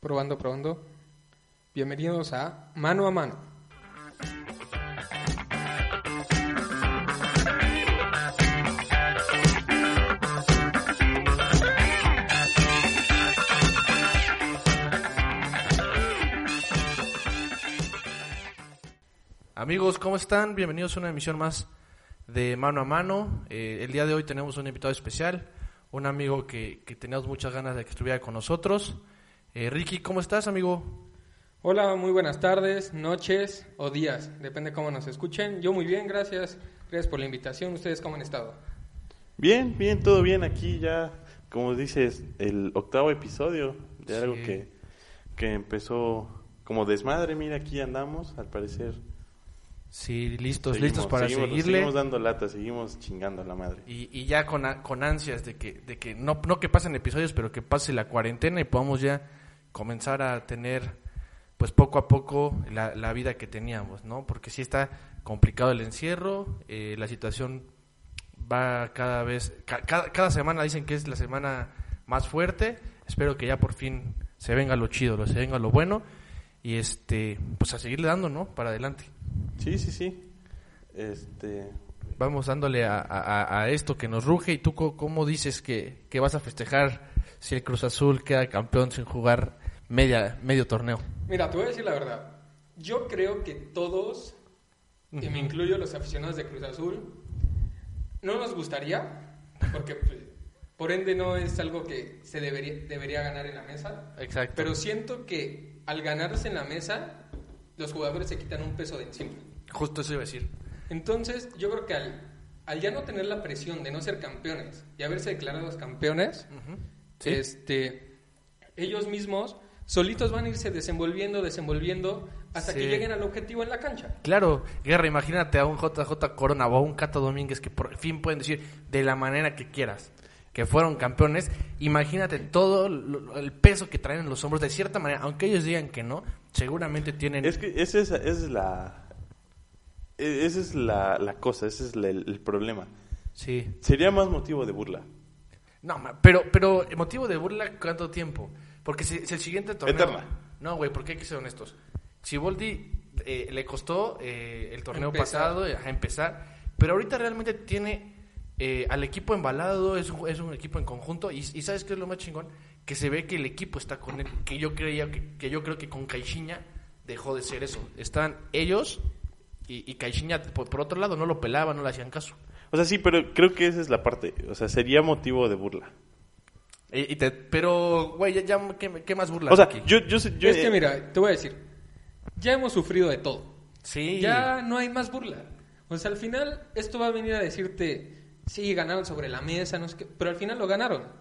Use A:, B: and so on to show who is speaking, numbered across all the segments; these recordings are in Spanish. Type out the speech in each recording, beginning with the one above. A: Probando, probando. Bienvenidos a Mano a Mano.
B: Amigos, ¿cómo están? Bienvenidos a una emisión más de Mano a Mano. Eh, el día de hoy tenemos un invitado especial, un amigo que, que teníamos muchas ganas de que estuviera con nosotros. Eh, Ricky, ¿cómo estás, amigo?
A: Hola, muy buenas tardes, noches o días, depende cómo nos escuchen. Yo muy bien, gracias. Gracias por la invitación. ¿Ustedes cómo han estado?
C: Bien, bien, todo bien aquí ya, como dices, el octavo episodio de algo
B: Sí.
C: que, que empezó como desmadre, mira, aquí andamos, al parecer.
B: Sí, listos,
C: seguimos,
B: listos para
C: seguimos,
B: seguirle.
C: Seguimos dando lata, seguimos chingando a la madre.
B: Y, y ya con, a- con ansias de que, de que no, no que pasen episodios, pero que pase la cuarentena y podamos ya comenzar a tener, pues poco a poco, la, la vida que teníamos, ¿no? Porque sí está complicado el encierro, eh, la situación va cada vez, ca- cada, cada semana dicen que es la semana más fuerte, espero que ya por fin se venga lo chido, lo- se venga lo bueno y este, pues a seguirle dando, ¿no? Para adelante.
C: Sí, sí, sí. Este,
B: Vamos dándole a, a- a esto que nos ruge. ¿Y tú co- cómo dices que, que vas a festejar si el Cruz Azul queda campeón sin jugar media, medio torneo?
A: Mira, te voy a decir la verdad. Yo creo que todos, y me incluyo los aficionados de Cruz Azul, no nos gustaría, porque pues, por ende no es algo que se debería, debería ganar en la mesa.
B: Exacto.
A: Pero siento que al ganarse en la mesa, los jugadores se quitan un peso de encima.
B: Justo eso iba a decir.
A: Entonces, yo creo que al, al ya no tener la presión de no ser campeones y haberse declarado campeones,
B: Sí.
A: este, ellos mismos solitos van a irse desenvolviendo, desenvolviendo, hasta
B: Sí.
A: que lleguen al objetivo en la cancha.
B: Claro, Guerra, imagínate a un JJ Corona o a un Cata Domínguez que por fin pueden decir de la manera que quieras que fueron campeones. Imagínate todo lo- el peso que traen en los hombros. De cierta manera, aunque ellos digan que no, seguramente tienen...
C: es que esa es, esa es la... e- Esa es la, la cosa, ese es la- el, el problema.
B: Sí.
C: Sería más motivo de burla.
B: No, ma- pero, pero ¿el motivo de burla cuánto tiempo? Porque si, si el siguiente torneo...
C: Eterna.
B: No, güey, porque hay que ser honestos. Siboldi eh, le costó eh, el torneo
A: Empezar.
B: pasado eh, ajá, empezar, pero ahorita realmente tiene eh, al equipo embalado, es un, es un equipo en conjunto, y, y ¿sabes qué es lo más chingón? Que se ve que el equipo está con él, que yo, creía, que, que yo creo que con Caixinha dejó de ser eso. Están ellos y, y Caixinha, por, por otro lado, no lo pelaba, no le hacían caso.
C: O sea, sí, pero creo que esa es la parte. O sea, sería motivo de burla.
B: Y- y te- pero, güey, ya, ya, ¿qué, qué más burlas
C: O sea,
B: aquí?
C: yo, yo, sé- yo-
A: es que
C: eh,
A: mira, te voy a decir, ya hemos sufrido de todo.
B: Sí.
A: Ya no hay más burla. O sea, al final esto va a venir a decirte, sí, ganaron sobre la mesa, no sé qué, pero al final lo ganaron.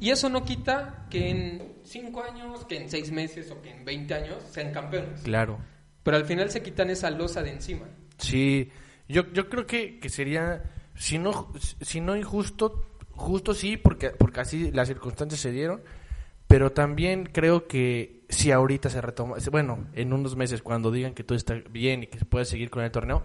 A: Y eso no quita que en 5 años, que en 6 meses o que en 20 años sean campeones.
B: Claro.
A: Pero al final se quitan esa losa de encima.
B: Sí. Yo, yo creo que, que sería, si no, si no injusto, justo sí, porque, porque así las circunstancias se dieron, pero también creo que si ahorita se retoma, bueno, en unos meses cuando digan que todo está bien y que se puede seguir con el torneo,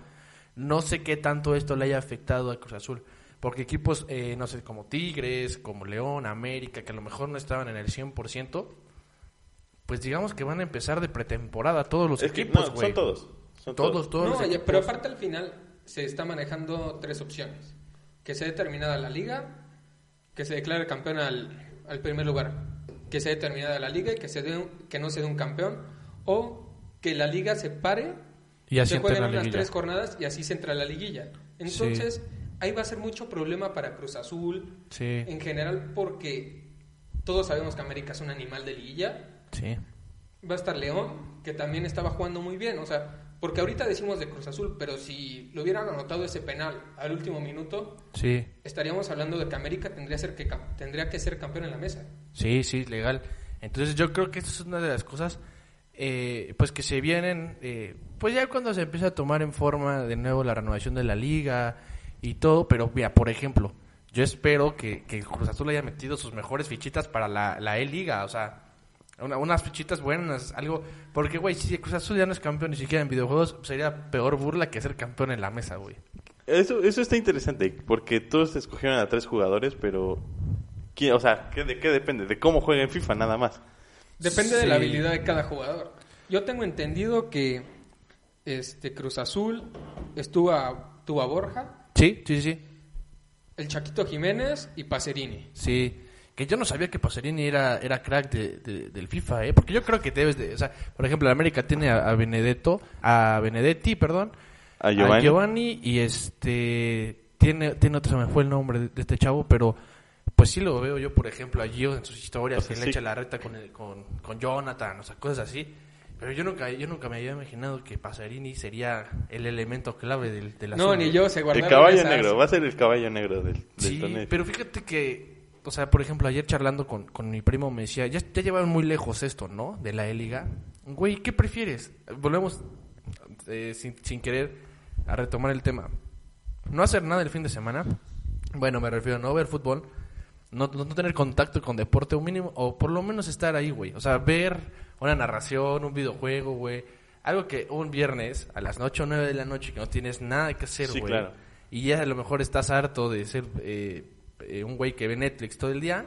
B: no sé qué tanto esto le haya afectado a Cruz Azul. Porque equipos, eh, no sé, como Tigres, como León, América, que a lo mejor no estaban en el 100%, pues digamos que van a empezar de pretemporada todos los
C: es que
B: equipos,
C: no,
B: güey.
C: son todos. Son
B: Todos, todos.
A: No,
B: los
A: oye,
B: equipos.
A: pero aparte al final se está manejando tres opciones. Que se determinada la liga, que se declare campeón al, al primer lugar, que se determinada la liga y que, se dé un- que no se dé un campeón, o que la liga se pare,
B: Y así
A: se
B: entra
A: jueguen
B: la
A: unas
B: liguilla.
A: tres jornadas y así se entra a la liguilla. Entonces, ahí va a ser mucho problema para Cruz Azul,
B: Sí.
A: en general, porque todos sabemos que América es un animal de liguilla,
B: Sí.
A: va a estar León, que también estaba jugando muy bien. O sea, porque ahorita decimos de Cruz Azul, pero si lo hubieran anotado ese penal al último minuto,
B: Sí.
A: estaríamos hablando de que América tendría, ser que, cam- tendría que ser campeón en la mesa.
B: Sí, sí, legal. Entonces yo creo que esta es una de las cosas eh, pues que se vienen, eh, pues ya cuando se empieza a tomar en forma de nuevo la renovación de la liga y todo, pero mira, por ejemplo, yo espero que, que el Cruz Azul haya metido sus mejores fichitas para la, la E-Liga, o sea, una- unas fichitas buenas, algo, porque güey, si el Cruz Azul ya no es campeón ni siquiera en videojuegos, sería peor burla que ser campeón en la mesa, güey.
C: Eso, eso está interesante, porque todos escogieron a tres jugadores, pero... ¿quién- o sea, ¿qué, ¿de qué depende? De cómo juega en FIFA, nada más.
A: Depende de la
B: Sí.
A: habilidad de cada jugador. Yo tengo entendido que este Cruz Azul estuvo a, tuvo a Borja,
B: Sí, sí, sí.
A: el Chaquito Jiménez y Pacerini.
B: Sí. Que yo no sabía que Pacerini era, era crack de, de- del FIFA, ¿eh? Porque yo creo que debes de... O sea, por ejemplo, el América tiene a, a Benedetto, a Benedetti, perdón.
C: A Giovanni.
B: y este... Tiene, tiene otro, se me fue el nombre de, de este chavo, pero... Pues sí lo veo yo, por ejemplo, a Gio en sus historias,
C: O sea,
B: que le
C: sí.
B: echa la reta con, el- con, con Jonathan, o sea, cosas así. Pero yo nunca, yo nunca me había imaginado que Pacerini sería el elemento clave del, de la
A: No, ni yo se
C: El
A: guardaron
C: caballo
A: esas.
C: negro, va a ser el caballo negro del, del
B: Sí,
C: torneo.
B: pero fíjate que, o sea, por ejemplo, ayer charlando con, con mi primo me decía, ya, ya llevaron muy lejos esto, ¿no? De la E-Liga. Güey, ¿qué prefieres? Volvemos eh, sin, sin querer a retomar el tema. No hacer nada el fin de semana. Bueno, me refiero a no ver fútbol. No, no- no tener contacto con deporte, un mínimo, o por lo menos estar ahí, güey. O sea, ver una narración, un videojuego, güey. Algo que un viernes a las 8 o 9 de la noche que no tienes nada que hacer,
C: Sí,
B: güey.
C: claro.
B: Y ya a lo mejor estás harto de ser eh, eh, un güey que ve Netflix todo el día.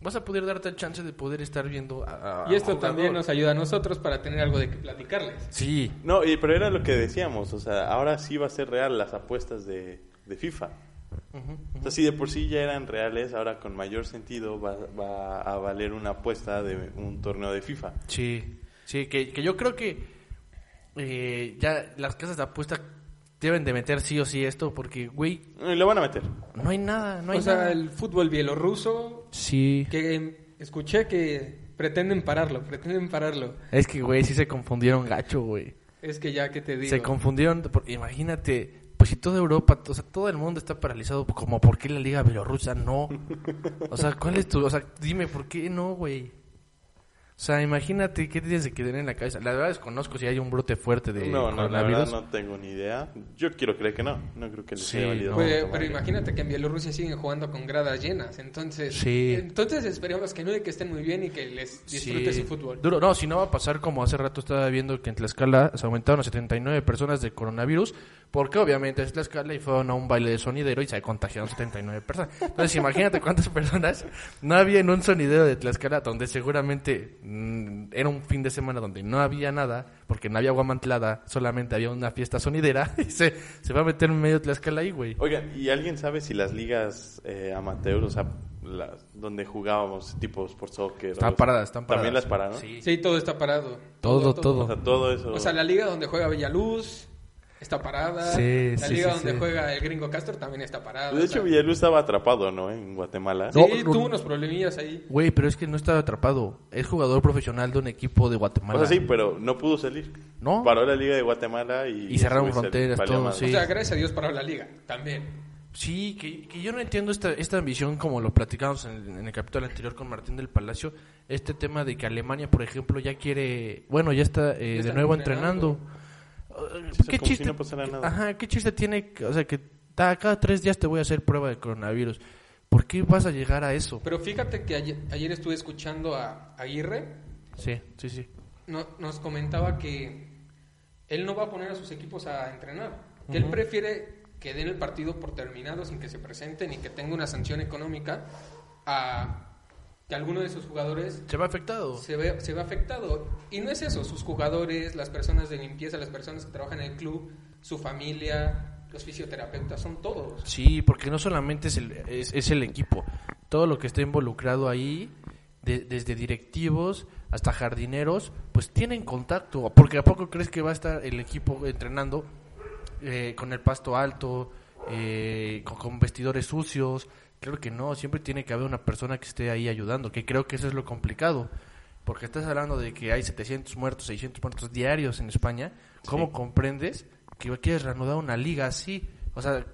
B: Vas a poder darte el chance de poder estar viendo a, a-
A: Y
B: a
A: esto
B: un
A: también
B: Ah, jugador.
A: nos ayuda a nosotros para tener algo de que platicarles.
B: Sí,
C: No, y- pero era lo que decíamos, o sea, ahora sí va a ser real las apuestas de, de FIFA. O sea, si de por sí ya eran reales, ahora con mayor sentido va, va a valer una apuesta de un torneo de FIFA.
B: Sí, sí, que, que yo creo que eh, ya las casas de apuesta deben de meter sí o sí esto, porque, güey,
C: Y lo van a meter.
B: no hay nada, no hay
A: o sea,
B: nada.
A: el fútbol bielorruso,
B: Sí.
A: que em, escuché que pretenden pararlo, pretenden pararlo.
B: Es que, güey, sí se confundieron gacho, güey.
A: Es que ya que te digo.
B: Se confundieron, por- imagínate, pues si toda Europa, o sea, todo el mundo está paralizado, como por qué la liga bielorrusa no. O sea, ¿cuál es tu, o sea, dime por qué no, güey? O sea, imagínate qué tienes que tener en la cabeza. La verdad desconozco si hay un brote fuerte de
C: no, no, la
B: coronavirus.
C: verdad no tengo ni idea. Yo quiero creer que no. No creo que les
B: Sí,
C: haya valido.
B: no.
A: Pues,
C: mucho
A: pero
C: madre.
A: imagínate que en Bielorrusia siguen jugando con gradas llenas, entonces
B: Sí.
A: entonces esperemos que no y que estén muy bien y que les disfrute
B: Sí.
A: su fútbol.
B: Duro, no, si no va a pasar como hace rato estaba viendo que en Tlaxcala se aumentaron a 79 personas de coronavirus, porque obviamente es Tlaxcala y fueron a un baile de sonidero y se contagiaron 79 personas. Entonces imagínate cuántas personas no había en un sonidero de Tlaxcala donde seguramente mm, era un fin de semana donde no había nada, porque no había guamantlada, solamente había una fiesta sonidera y se, se va a meter en medio Tlaxcala ahí, güey.
C: Oigan, ¿y alguien sabe si las ligas eh, amateur, o sea, las, donde jugábamos, tipo por soccer? o
B: Están
C: los-
B: paradas, están paradas.
C: ¿También las pararon?
B: Sí.
A: Sí, todo está parado.
B: Todo, todo.
C: O sea, todo eso.
A: O sea, la liga donde juega Villaluz está parada.
B: Sí,
A: la
B: sí,
A: liga
B: sí,
A: donde
B: sí.
A: juega el gringo Castro también está parada.
C: De
A: o sea,
C: hecho, Villaluz estaba atrapado, ¿no? En Guatemala.
A: sí,
B: No, no-
A: tuvo unos problemillas ahí.
B: Güey, pero es que no estaba atrapado. Es jugador profesional de un equipo de
C: O
B: Guatemala.
C: sea, sí, pero no pudo salir.
B: No.
C: Paró la Liga de Guatemala y...
B: Y cerraron
C: pues, se-
B: fronteras,
C: valió
B: todo,
C: madre.
B: sí.
A: O sea, gracias a Dios paró la liga también.
B: Sí, que, que yo no entiendo esta, esta ambición, como lo platicamos en, el- en el capítulo anterior con Martín del Palacio, este tema de que Alemania, por ejemplo, ya quiere, bueno, ya está eh, de
A: están
B: nuevo
A: entrenando.
B: entrenando. Eh,
C: Sí, o sea,
B: ¿Qué
C: como si
B: chiste?
C: no pasara nada.
B: Ajá, ¿qué chiste tiene? que- O sea, que ta- cada tres días te voy a hacer prueba de coronavirus. ¿Por qué vas a llegar a eso?
A: Pero fíjate que ayer, ayer estuve escuchando a Aguirre.
B: Sí, sí, sí.
A: no- nos comentaba que él no va a poner a sus equipos a entrenar. Que él prefiere que den el partido por terminado sin que se presenten y que tenga una sanción económica a que alguno de sus jugadores
B: ¿Se va afectado?
A: se ve, se ve afectado. Y no es eso, sus jugadores, las personas de limpieza, las personas que trabajan en el club, su familia, los fisioterapeutas, son todos.
B: Sí, porque no solamente es el, es, es el equipo, todo lo que está involucrado ahí, de- desde directivos hasta jardineros, pues tienen contacto, porque ¿a poco crees que va a estar el equipo entrenando eh, con el pasto alto, eh, con, con vestidores sucios? Claro que no, siempre tiene que haber una persona que esté ahí ayudando, que creo que eso es lo complicado, porque estás hablando de que hay 700 muertos, 600 muertos diarios en España, ¿cómo comprendes que quieres reanudar una liga así? O sea,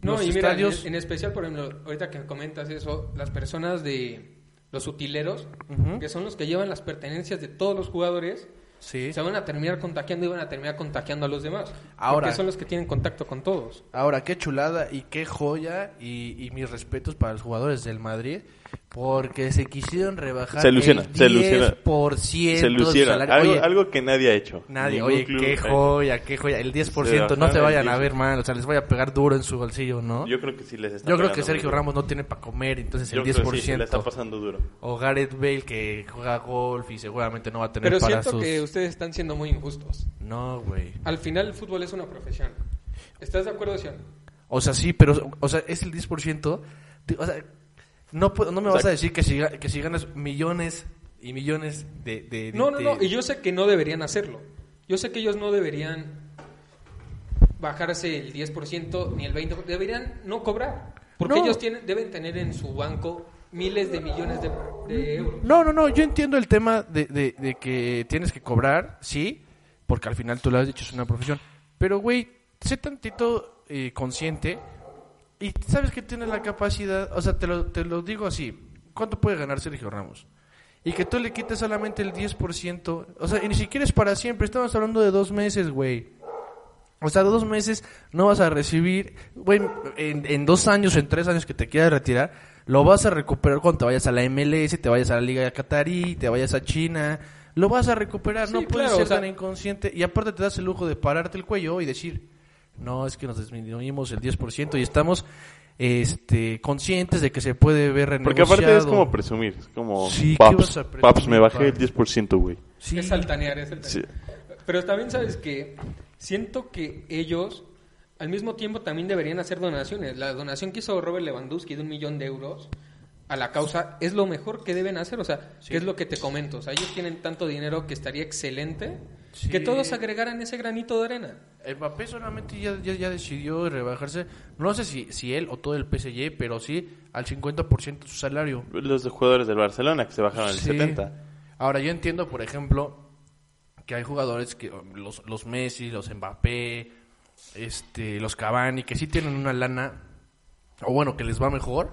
A: No,
B: los
A: y mira, en-
B: estadios.
A: en, especial, por ejemplo, ahorita que comentas eso, las personas de los utileros,
B: Ujú.
A: que son los que llevan las pertenencias de todos los jugadores,
B: Sí.
A: se van a terminar contagiando y van a terminar contagiando a los demás.
B: Ahora-
A: Porque son los que tienen contacto con todos.
B: Ahora, qué chulada y qué joya y, y mis respetos para los jugadores del Madrid Porque se quisieron rebajar
C: Se ilusiona,
B: el
C: se ilusiona.
B: 10%
C: Se
B: del
C: lucieron.
B: salario.
C: Algo,
B: Oye,
C: algo que nadie ha hecho.
B: Nadie,
C: Ningún
B: oye,
C: club
B: qué
C: ha hecho.
B: joya, qué joya. El 10%,
C: Se
B: no te
C: bajaron
B: vayan
C: el
B: a
C: 10.
B: ver mal, o sea, les voy a pegar duro en su bolsillo, ¿no? Yo,
C: Yo creo que sí les está
B: creo que
C: pegando
B: Sergio
C: muy duro.
B: Ramos no tiene para comer, entonces el
C: Yo creo que sí, se
B: 10%.
C: le está pasando duro.
B: o Gareth Bale que juega golf y seguramente no va a tener
A: Pero
B: para
A: siento
B: sus...
A: que ustedes están siendo muy injustos.
B: No, güey.
A: Al final el fútbol es una profesión. ¿Estás de acuerdo, Sion?
B: O sea, sí, pero, o sea, es el 10%. Te- O sea, no, puedo- no me vas
C: sea,
B: a decir que si, ga- que si ganas millones y millones de... de- de-
A: No, no,
B: de-
A: no. Y yo sé que no deberían hacerlo. Yo sé que ellos no deberían bajarse el 10% ni el 20%. Deberían no cobrar. Porque
B: No.
A: ellos tienen, deben tener en su banco miles de millones de, de euros.
B: No, no, no, yo entiendo el tema de, de- de que tienes que cobrar, sí, porque al final tú lo has dicho, es una profesión. Pero, güey, sé tantito eh, consciente y sabes que tienes la capacidad, o sea, te lo, te lo digo así, ¿cuánto puede ganar Sergio Ramos? Y que tú le quites solamente el 10%, o sea, y ni siquiera es para siempre, estamos hablando de dos meses, güey. O sea, dos meses no vas a recibir, güey, en, en dos años, en tres años que te quieras retirar, lo vas a recuperar cuando te vayas a la MLS, te vayas a la Liga Qatarí, te vayas a China, lo vas a recuperar, no
A: Sí,
B: puedes
A: claro,
B: ser
A: o sea-
B: tan inconsciente. Y aparte te das el lujo de pararte el cuello y decir, no, es que nos disminuimos el 10% y estamos este, conscientes de que se puede ver
C: Porque
B: renegociado.
C: aparte es como presumir. Es como,
B: Sí, ¿qué vas
C: paps,
B: a presumir,
C: paps, me bajé el
B: pa?
C: 10%, güey.
B: Sí.
A: Es altanear, es altanear.
C: Sí.
A: Pero también sabes que siento que ellos al mismo tiempo también deberían hacer donaciones. La donación que hizo Robert Lewandowski de un millón de euros a la causa es lo mejor que deben hacer. O sea, que es lo que te comento. O sea, ellos tienen tanto dinero que estaría excelente
B: Sí.
A: que todos agregaran ese granito de arena.
B: El Mbappé solamente ya, ya, ya decidió rebajarse, no sé si, si él o todo el PSG, pero sí al 50% de su salario.
C: Los jugadores del Barcelona que se bajaron
B: Sí.
C: el 70.
B: Ahora, yo entiendo, por ejemplo, que hay jugadores que um, los, los Messi, los Mbappé, este, los Cavani, que sí tienen una lana, o bueno, que les va mejor,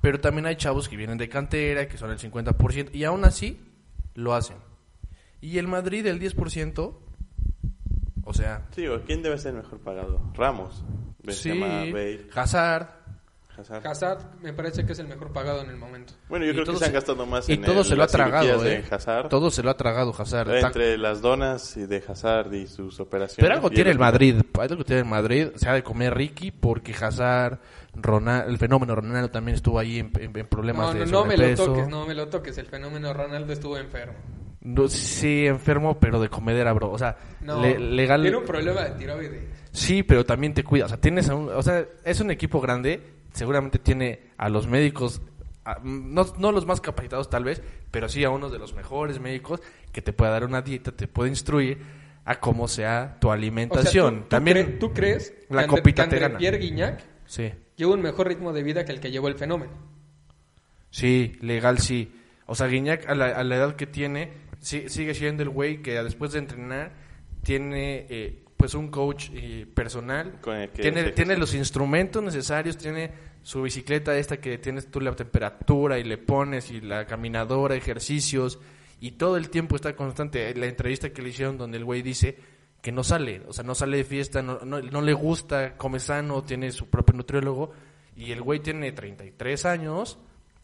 B: pero también hay chavos que vienen de cantera, que son el 50%, y aún así lo hacen. Y el Madrid, el 10%, o sea,
C: Sí, digo, ¿quién debe ser mejor pagado? Ramos, Benzema,
B: sí,
C: Bale,
B: Hazard,
C: Hazard.
A: Hazard me parece que es el mejor pagado en el momento.
C: Bueno, yo
B: Y
C: creo que
B: todo
C: se han
B: se-
C: gastado más
B: y
C: en
B: todo
C: el-
B: se lo ha
C: las cirugías
B: tragado,
C: de
B: ¿eh?
C: Hazard.
B: Todo se lo ha tragado Hazard. Está-
C: Entre las donas y de Hazard y sus operaciones.
B: Pero algo
C: y
B: tiene el Madrid, algo tiene el Madrid, se ha de comer Ricky porque Hazard, Ronaldo, el fenómeno Ronaldo también estuvo ahí en, en- en
A: No,
B: problemas
A: no,
B: de
A: no me lo
B: sobrepeso.
A: toques, no me lo toques. El fenómeno Ronaldo estuvo enfermo.
B: No, sí, enfermo, pero de comedera, bro. O sea,
A: No,
B: le- legal.
A: tiene un problema de tiroides.
B: Sí, pero también te cuida. O sea, tienes a un- o sea, es un equipo grande. Seguramente tiene a los médicos, a- no, no los más capacitados tal vez, pero sí a uno de los mejores médicos que te pueda dar una dieta, te puede instruir a cómo sea tu
A: O sea,
B: alimentación.
A: ¿tú, tú
B: también.
A: cre- ¿Tú crees
B: la
A: André-
B: copita te
A: André
B: gana.
A: Pierre Guignac
B: Sí,
A: lleva un mejor ritmo de vida que el que llevó el fenómeno?
B: sí, legal, sí. O sea, Guiñac a la, a la edad que tiene, sí- sigue siendo el güey que después de entrenar tiene eh, pues un coach eh, personal,
C: Con el que
B: tiene,
C: se-
B: tiene los instrumentos necesarios, tiene su bicicleta esta que tienes tú la temperatura y le pones y la caminadora, ejercicios y todo el tiempo está constante. La entrevista que le hicieron donde el güey dice que no sale, o sea, no sale de fiesta, no, no, no le gusta, come sano, tiene su propio nutriólogo y el güey tiene 33 años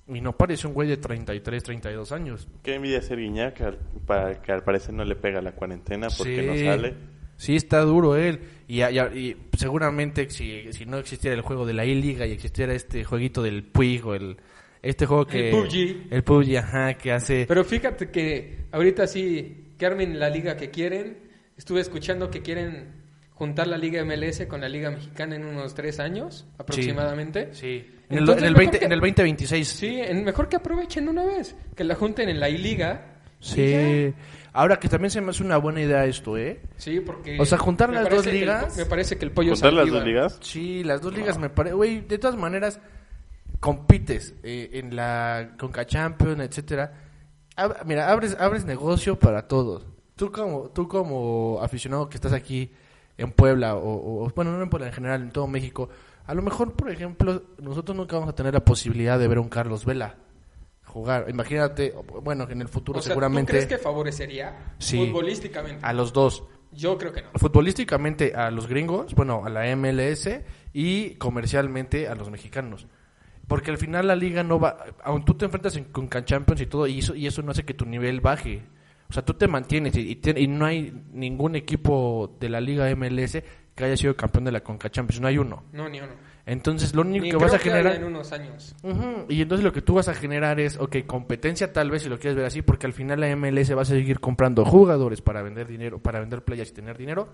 B: y no parece un güey de 33, 32 años.
C: Qué envidia ser Guiñac, al- para que al parecer no le pega la cuarentena porque
B: Sí.
C: no sale.
B: Sí, está duro él. Y, a- y a- y seguramente si, si no existiera el juego de la I-Liga y existiera este jueguito del Puig o el... Este juego que...
A: El PUBG.
B: El PUBG, ajá, que hace...
A: Pero fíjate que ahorita sí, que armen la liga que quieren. Estuve escuchando que quieren juntar la liga MLS con la liga mexicana en unos tres años aproximadamente.
B: sí. En, el-
A: Entonces,
B: en el,
A: mejor
B: 20,
A: que-
B: en el 2026.
A: Sí, en- mejor que aprovechen una vez, que la junten en la I-Liga. y ya.
B: Sí. Ahora que también se me hace una buena idea esto, ¿eh?
A: Sí, porque...
B: O sea, juntar
A: me
B: las
A: parece
B: dos
A: que el
B: ligas.
A: po- me parece que el pollo
C: ¿Contar las
A: Saldívar-
C: dos ligas?
B: Sí, las dos ligas me parece... Güey, de todas maneras, compites eh, en la Conca Champions, etcétera. Ab- mira, abres, abres negocio para todos. Tú como, tú como aficionado que estás aquí en Puebla, o, o- bueno, no en Puebla en general, en todo México, a lo mejor, por ejemplo, nosotros nunca vamos a tener la posibilidad de ver a un Carlos Vela jugar. Imagínate, o- bueno, que en el futuro
A: O sea, ¿tú
B: seguramente
A: crees que favorecería
B: Sí.
A: futbolísticamente?
B: a los dos
A: Yo creo que no.
B: futbolísticamente a los gringos, bueno, a la MLS y comercialmente a los mexicanos. Porque al final la liga no va. Aun tú te enfrentas en, con Can Champions y todo, y eso, y eso no hace que tu nivel baje. O sea, tú te mantienes y, y te- y no hay ningún equipo de la Liga MLS que haya sido campeón de la Conca Champions. No hay uno.
A: No, ni uno.
B: Entonces, lo único
A: Ni
B: que vas
A: creo
B: a generar.
A: haya en unos años.
B: Ujú, Y entonces lo que tú vas a generar es, ok, competencia tal vez si lo quieres ver así, porque al final la MLS va a seguir comprando jugadores para vender dinero, para vender playas y tener dinero,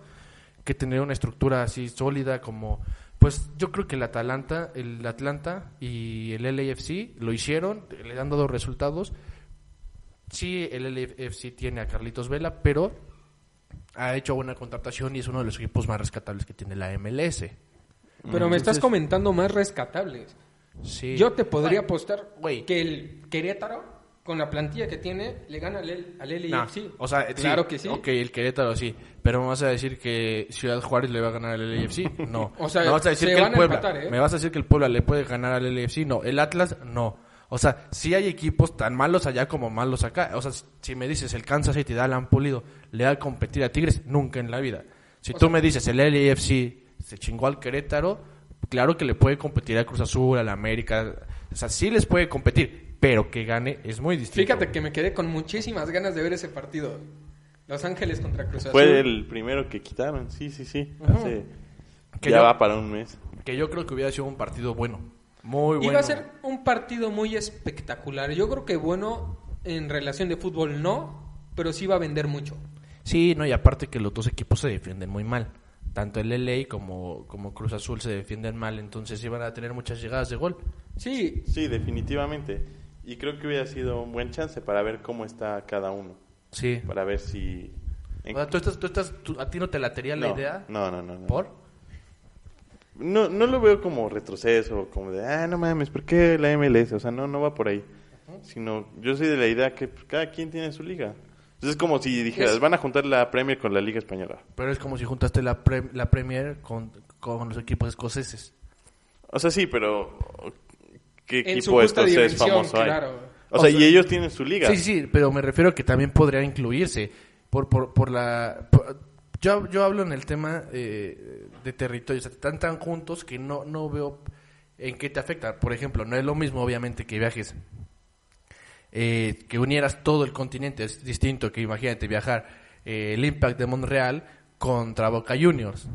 B: que tener una estructura así sólida como, pues yo creo que el Atalanta, el Atlanta y el LAFC lo hicieron, le han dado resultados. Sí, el LAFC tiene a Carlitos Vela, pero ha hecho buena contratación y es uno de los equipos más rescatables que tiene la MLS.
A: Pero me estás comentando más rescatables.
B: Sí.
A: Yo te podría apostar
B: güey.
A: que el Querétaro, con la plantilla que tiene, le gana al, L- al
B: No,
A: LAFC.
B: O sea, sí,
A: claro que sí.
B: Ok, el Querétaro sí. Pero me vas a decir que Ciudad Juárez le va a ganar al LFC. No.
A: O sea,
B: me vas a decir
A: se
B: que el
A: van a
B: Puebla.
A: empatar, ¿eh?
B: Me vas a decir que el Puebla le puede ganar al LFC. No. El Atlas, no. O sea, sí hay equipos tan malos allá como malos acá. O sea, si me dices el Kansas City de Alan Pulido le va a competir a Tigres, nunca en la vida. Si tú me dices el LFC se chingó al Querétaro, claro que le puede competir a Cruz Azul, al América. O sea, sí les puede competir, pero que gane es muy distinto.
A: Fíjate que me quedé con muchísimas ganas de ver ese partido. Los Ángeles contra Cruz Azul.
C: Fue el primero que quitaron, sí, sí, sí. Hace-
B: Que
C: ya
B: yo-
C: va para un mes.
B: Que yo creo que hubiera sido un partido bueno. Muy bueno.
A: Iba a ser un partido muy espectacular. Yo creo que bueno en relación de fútbol no, pero sí va a vender mucho.
B: Sí, no, y aparte que los dos equipos se defienden muy mal. Tanto el LA como, como Cruz Azul se defienden mal, entonces iban a tener muchas llegadas de gol.
A: Sí,
C: Sí, definitivamente. Y creo que hubiera sido un buen chance para ver cómo está cada uno.
B: Sí.
C: Para ver si...
B: O sea, tú estás, tú estás, tú- a ti no te latería la
C: No,
B: idea.
C: No, no, no. no.
B: ¿Por?
C: No, no lo veo como retroceso, como de, ah, no mames, ¿por qué la MLS? O sea, no, no va por ahí. Sino, yo soy de la idea que pues, cada quien tiene su liga. Entonces es como si dijeras,
A: Es-
C: van a juntar la Premier con la Liga Española.
B: Pero es como si juntaste la, pre- la Premier con, con los equipos escoceses.
C: O sea, sí, pero ¿qué
A: En su
C: equipo
A: justa
C: escocés
A: dimensión,
C: famoso hay?
A: claro.
C: O, sea,
B: O sea-
C: y ellos tienen su liga.
B: Sí, sí, pero me refiero a que también podría incluirse por, por, por la... por- yo, yo hablo en el tema eh, de territorio, o sea, están tan juntos que no, no veo en qué te afecta. Por ejemplo, no es lo mismo obviamente que viajes, eh, que unieras todo el continente, es distinto que imagínate viajar eh, el Impact de Montreal contra Boca Juniors.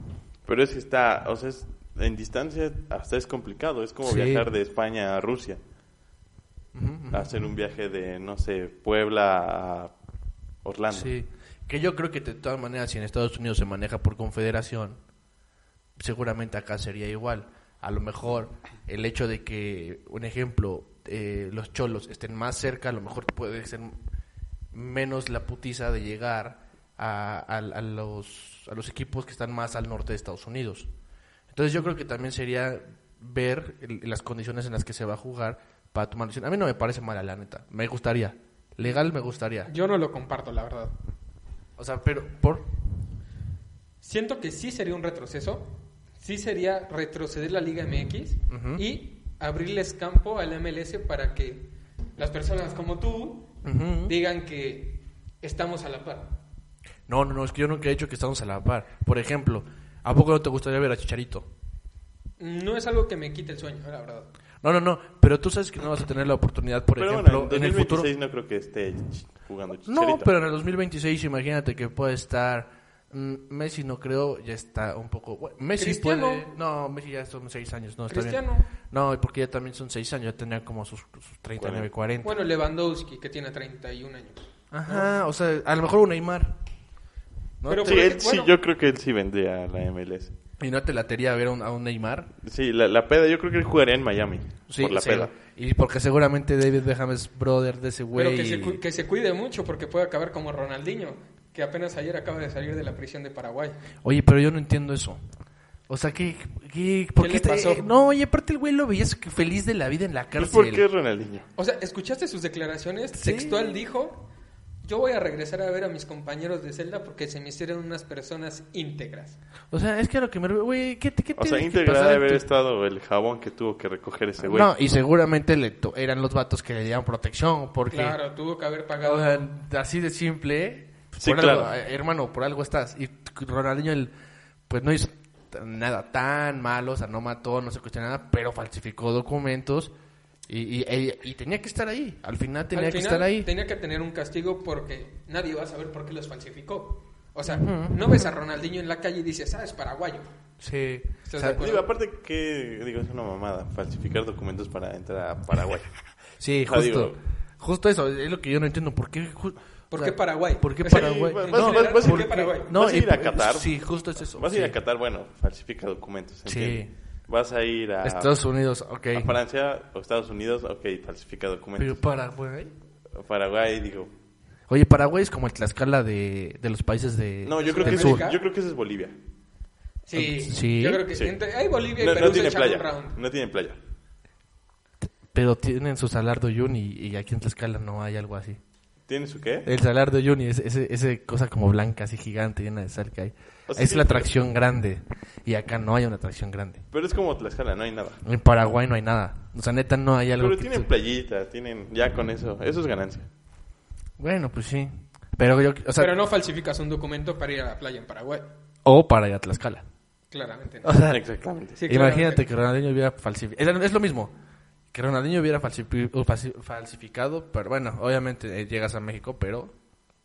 C: Pero es que está, o sea, es- en distancia hasta es complicado. Es como
B: Sí.
C: viajar de España a Rusia. Hacer un viaje de, no sé, Puebla a Orlando.
B: Sí, que yo creo que de todas maneras, si en Estados Unidos se maneja por confederación, seguramente acá sería igual. A lo mejor el hecho de que, un ejemplo, eh, los cholos estén más cerca, a lo mejor puede ser menos la putiza de llegar a, a- a los, a los equipos que están más al norte de Estados Unidos. Entonces yo creo que también sería ver el- las condiciones en las que se va a jugar para tomar decisión. A mí no me parece mala, la neta. Me gustaría. Legal me gustaría.
A: yo no lo comparto, la verdad.
B: O sea, pero por
A: Siento que sí sería un retroceso. Sí sería retroceder la Liga MX
B: Ujú.
A: y abrirles campo al MLS para que las personas como tú digan que estamos a la par.
B: No, no, no, es que yo nunca he dicho que estamos a la par. Por ejemplo, ¿a poco no te gustaría ver a Chicharito?
A: No es algo que me quite el sueño, la verdad.
B: No, no, no, pero tú sabes que no vas a tener la oportunidad, por
C: pero
B: ejemplo,
C: bueno, en,
B: en el futuro.
C: 2026 no creo que esté ch- jugando
B: No,
C: Chicharito.
B: pero en el 2026 imagínate que puede estar mm, Messi no creo, ya está un poco bueno, Messi
A: Cristiano.
B: puede, no, Messi ya son seis años, no está bien.
A: Cristiano.
B: No, porque ya también son seis años, ya tenía como sus, sus 39, 40.
A: Bueno, Lewandowski, que tiene 31 años.
B: Ajá, o sea, a lo mejor un Neymar. ¿No
A: Pero
B: te-
C: Sí,
A: porque,
C: él sí,
A: bueno.
C: yo creo que él sí vendría a la MLS.
B: y no te latería ver a un- a un Neymar.
C: Sí, la, la peda, yo creo que él jugaría en Miami.
B: Sí,
C: por la
B: sí.
C: peda.
B: Y porque seguramente David Beckham es brother de ese güey.
A: Pero que se, cu- que se cuide mucho porque puede acabar como Ronaldinho, que apenas ayer acaba de salir de la prisión de Paraguay.
B: Oye, pero yo no entiendo eso. O sea, ¿qué, qué, por
A: ¿Qué
B: qué
A: le
B: está-
A: pasó?
B: eh, No, oye, aparte el güey lo veías que feliz de la vida en la
C: Pues,
B: cárcel.
C: ¿Por qué Ronaldinho?
A: O sea, ¿escuchaste sus declaraciones?
B: Sí.
A: Textual dijo, yo voy a regresar a ver a mis compañeros de celda porque se me hicieron unas personas íntegras.
B: O sea, es que a lo que me... Güey, ¿qué, te- qué
C: O sea,
B: tiene que
C: íntegra
B: pasar
C: de
B: en
C: haber
B: tu-
C: estado el jabón que tuvo que recoger ese güey.
B: No, y seguramente le to- eran los vatos que le dieron protección, porque...
A: Claro, tuvo que haber pagado.
B: O sea, así de simple. ¿eh?
C: Sí,
B: Por
C: claro.
B: algo, eh, hermano, por algo estás. Y Ronaldinho, el, pues no hizo t- nada tan malo, o sea, no mató, no se cuestiona nada, pero falsificó documentos Y, y- y- y tenía que estar ahí. Al final tenía
A: Al
B: que
A: final,
B: estar ahí.
A: Tenía que tener un castigo porque nadie va a saber por qué los falsificó. O sea, no ves a Ronaldinho en la calle y dices, ah, es paraguayo.
B: Sí.
A: ¿Estás
B: O sea,
A: de acuerdo?
C: Digo, aparte que digo, es una mamada falsificar documentos para entrar a Paraguay.
B: sí,
C: Ah, digo-
B: justo. Justo eso, es lo que yo no entiendo. ¿Por qué, ju-
A: ¿Por
B: o
A: qué
B: sea,
A: Paraguay?
B: ¿Por qué
A: Sí,
B: Paraguay?
C: vas-
A: No,
C: vas- vas-
A: ¿por qué
C: pues, porque-
A: Paraguay?
B: No,
C: vas a
B: y-
C: ir a Qatar.
B: Sí, justo es eso.
C: Vas a
B: sí.
C: ir a Qatar, bueno, falsifica documentos.
B: Sí.
C: ¿entiendes? Vas a ir a,
B: Estados Unidos, ok.
C: a Francia o Estados Unidos, ok, falsifica
B: Pero
C: documentos.
B: Paraguay.
C: Paraguay, digo.
B: Oye, Paraguay es como el Tlaxcala de, de los países de.
C: No, yo creo,
B: del
C: que ese,
B: sur.
A: América?
C: yo creo que ese es Bolivia.
A: Sí,
B: Sí.
A: yo creo que
C: Sí.
A: entre- ahí Bolivia y
C: No,
A: Perú se
C: no tiene
A: echan un
C: playa.
A: round.
C: No tiene playa.
B: Pero tienen su Salar de Uyuni y aquí en Tlaxcala no hay algo así.
C: ¿Tiene su qué?
B: El Salar de Uyuni es ese, ese cosa como blanca, así gigante, llena de sal que hay.
C: O sea,
B: es
C: sí,
B: la
C: pero-
B: atracción grande. Y acá no hay una atracción grande.
C: Pero es como Tlaxcala, no hay nada.
B: En Paraguay no hay nada. O sea, neta, no hay algo.
C: Pero
B: que
C: tienen
B: tú-
C: playita, tienen ya con eso. Eso es ganancia.
B: Bueno, pues sí. Pero yo. O, sea,
A: Pero no falsificas un documento para ir a la playa en Paraguay.
B: o para ir a Tlaxcala.
A: Claramente no.
B: O sea,
C: Exactamente.
A: Sí,
B: Ah, Imagínate
A: claramente.
B: que Ronaldinho hubiera falsificado. Es lo mismo. Que Ronaldinho hubiera falsifi- o falsi- falsificado, pero bueno, obviamente eh, llegas a México, pero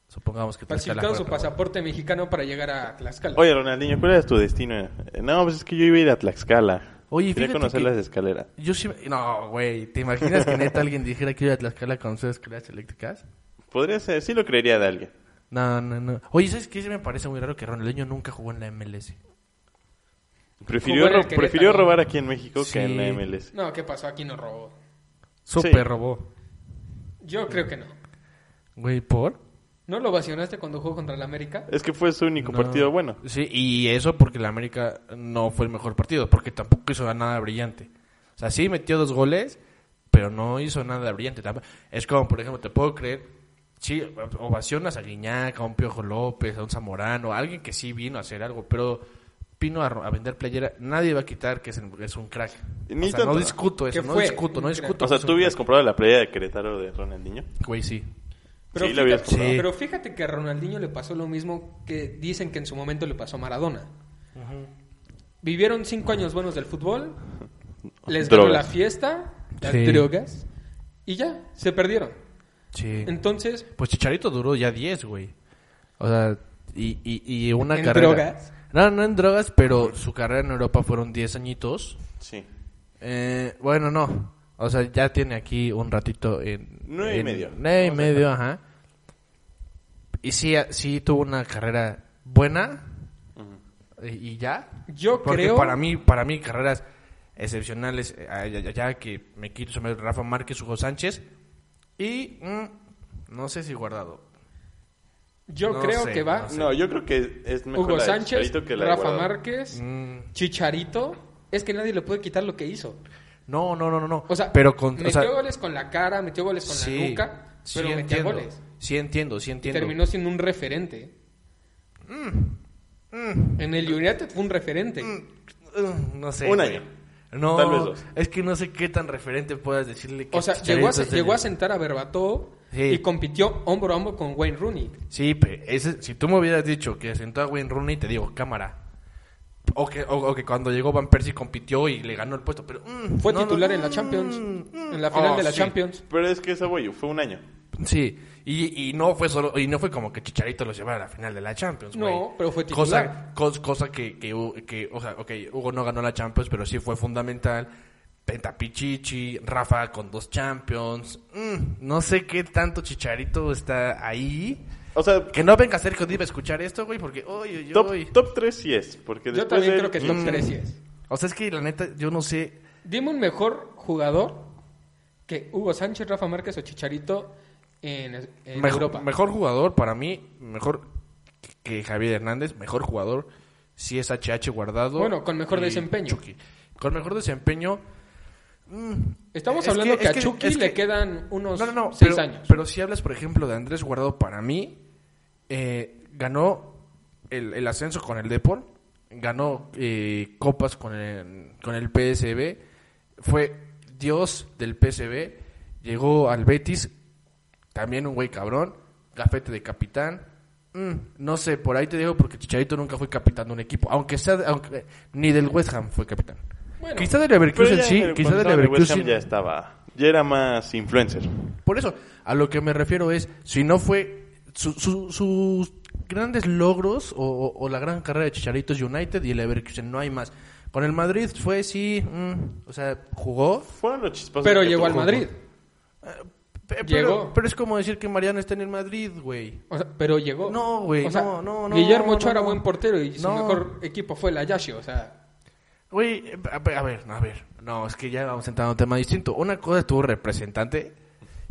B: supongamos que Tlaxcala
A: Falsificaron su
B: fuera Paraguay.
A: pasaporte mexicano para llegar a Tlaxcala.
C: Oye, Ronaldinho, ¿cuál era tu destino? Eh, No, pues es que yo iba a ir a Tlaxcala.
B: Oye,
C: Quería
B: fíjate
C: conocer
B: que-
C: las escaleras.
B: Yo sí. me- No, güey. ¿Te imaginas que neta alguien dijera que iba a Tlaxcala con sus escaleras eléctricas?
C: Podría ser, sí lo creería de alguien.
B: No, no, no. Oye, ¿sabes qué? Se me parece muy raro que Ronaldinho nunca jugó en la MLS.
C: Prefirió,
A: en el
C: ro-
A: Querétaro.
C: prefirió robar aquí en México
B: Sí.
C: que en la MLS.
A: No, ¿qué pasó? Aquí no robó.
B: Súper
C: Sí.
B: robó.
A: Yo creo que no.
B: Güey, ¿por?
A: ¿No lo vacionaste cuando jugó contra el América?
C: Es que fue su único
B: No.
C: partido bueno.
B: Sí, y eso porque la América no fue el mejor partido, porque tampoco hizo nada brillante. O sea, sí metió dos goles, pero no hizo nada brillante. Tamp- Es como, por ejemplo, te puedo creer, sí, ovacionas a Guiñac, a un Piojo López, a un Zamorano, a alguien que sí vino a hacer algo, pero vino a, ro- a vender playera, nadie va a quitar que es, el- es un crack.
C: Ni
B: O sea,
C: tanto.
B: no discuto eso,
A: ¿Qué
B: no
A: fue?
B: discuto, no
A: Un
B: discuto.
A: crack.
C: O sea,
B: que es
C: ¿tú
B: un
C: hubieras
B: crack.
C: comprado la playa de Querétaro de Ronaldinho?
B: Güey, sí.
A: Pero,
C: Sí, lo habías
A: fíjate,
B: comprado.
A: pero fíjate que a Ronaldinho le pasó lo mismo que dicen que en su momento le pasó a Maradona. Vivieron cinco años buenos del fútbol, les ganó
C: Drogas.
A: la fiesta, las
B: Sí.
A: drogas, y ya, se perdieron.
B: Sí.
A: Entonces,
B: Pues Chicharito duró ya 10, güey. O sea, y, y, y una
A: ¿En
B: carrera.
A: drogas?
B: No, no en drogas, pero su carrera en Europa fueron 10 añitos.
C: Sí.
B: Eh, bueno, no. O sea, ya tiene aquí un ratito en...
C: Nueve y
B: en-
C: medio.
B: Nueve y
C: Vamos a
B: medio, ajá. Y sí, a- sí tuvo una carrera buena. Y, y ya.
A: Yo
B: Porque
A: creo-
B: para mí, para mí, carreras excepcionales, eh, ay, ay, ay, ya que me quito, se me- Rafa Márquez, Hugo Sánchez. Y... mm, no sé si guardado.
A: yo
B: No
A: creo
B: sé,
A: que va
B: no sé.
C: No, yo creo que es mejor
A: Hugo
C: la de
A: Sánchez,
C: Chicharito que la de
A: Rafa
C: Guardado.
A: Márquez,
B: Mm.
A: Chicharito. Es que nadie le puede quitar lo que hizo.
B: No, no, no, no, no.
A: O sea,
B: pero con,
A: metió
B: o sea,
A: goles con la cara, metió goles con la nuca,
B: sí
A: pero metía
B: entiendo,
A: goles.
B: Sí entiendo, sí entiendo.
A: Terminó siendo un referente. En el United fue un referente.
B: Mm, No sé.
C: Un
B: güey.
C: año.
B: No,
C: Tal vez dos.
B: es que no sé qué tan referente puedas decirle que
A: O sea,
B: Chicharito
A: llegó a,
B: es
A: se-
B: el-
A: llegó a sentar a Berbatov
B: Sí.
A: y compitió hombro a hombro con Wayne Rooney.
B: Sí, pe- ese- si tú me hubieras dicho que sentó a Wayne Rooney, te digo, cámara. O que, o, o que cuando llegó Van Persie compitió y le ganó el puesto, pero... mm,
A: Fue
B: no, no,
A: titular en
B: mm,
A: la Champions,
B: mm.
A: en la final
B: Oh,
A: de la
B: sí.
A: Champions.
C: Pero es que esa, güey, fue un año.
B: Sí, y, y no fue solo, y no fue como que Chicharito los llevara a la final de la Champions,
A: No,
B: güey.
A: pero fue
B: Cosa,
A: titular.
B: cos- cosa que, que, hu- que, o sea, ok, Hugo no ganó la Champions, pero sí fue fundamental. Pentapichichi, Rafa con dos Champions. Mm, no sé qué tanto Chicharito está ahí.
C: O sea,
B: Que no venga Sergio Diva a escuchar esto, güey, porque, uy, uy,
C: top,
B: uy.
C: top 3 sí es. Porque
A: Yo
C: después
A: también
C: de-
A: creo que el top
C: Mm.
A: 3 sí es.
B: O sea, es que la neta, yo no sé.
A: Dime un mejor jugador que Hugo Sánchez, Rafa Márquez o Chicharito en, en Europa.
B: Mejor, mejor jugador para mí, mejor que Javier Hernández, mejor jugador si es HH guardado.
A: Bueno, con mejor
B: y
A: desempeño.
B: Chucky. Con mejor desempeño.
A: Estamos
B: Es
A: hablando
B: que-
A: que,
B: es que-
A: a Chucky
B: es
A: le
B: que-
A: quedan unos
B: No, no, no.
A: 6
B: Pero,
A: años.
B: pero si hablas, por ejemplo, de Andrés Guardado, para mí eh, ganó el, el ascenso con el Depor, ganó eh, copas con el, con el PSB, fue dios del PSB, llegó al Betis, también un güey cabrón, gafete de capitán. Mm, no sé, por ahí te digo porque Chicharito nunca fue capitán de un equipo, aunque sea de- aunque ni del West Ham fue capitán.
A: Bueno,
B: quizá del
C: Pero
B: Leverkusen
C: ya
B: sí,
C: en el-
B: quizá del
C: cuando estaba en el West Ham
B: Leverkusen
C: ya estaba. ya era más influencer.
B: Por eso, a lo que me refiero es, si no fue su- su- sus grandes logros o, o- o la gran carrera de Chicharitos United y el Leverkusen, no hay más. Con el Madrid fue, sí, mm, o sea, jugó.
C: Fueron los chispazos.
A: Pero
C: que
A: llegó al
C: tuvo.
A: Madrid.
B: pe- Pero,
A: Llegó.
B: pero es como decir que Mariano está en el Madrid, güey.
A: O sea, pero llegó.
B: No, güey,
A: O sea,
B: no, no, no,
A: Guillermo
B: no,
A: Ochoa era
B: no.
A: buen portero y su
B: No.
A: mejor equipo fue la Yashi, o sea.
B: Güey, eh, a ver, a ver, no, a ver. No, es que ya vamos entrando a un tema distinto. Una cosa es tu representante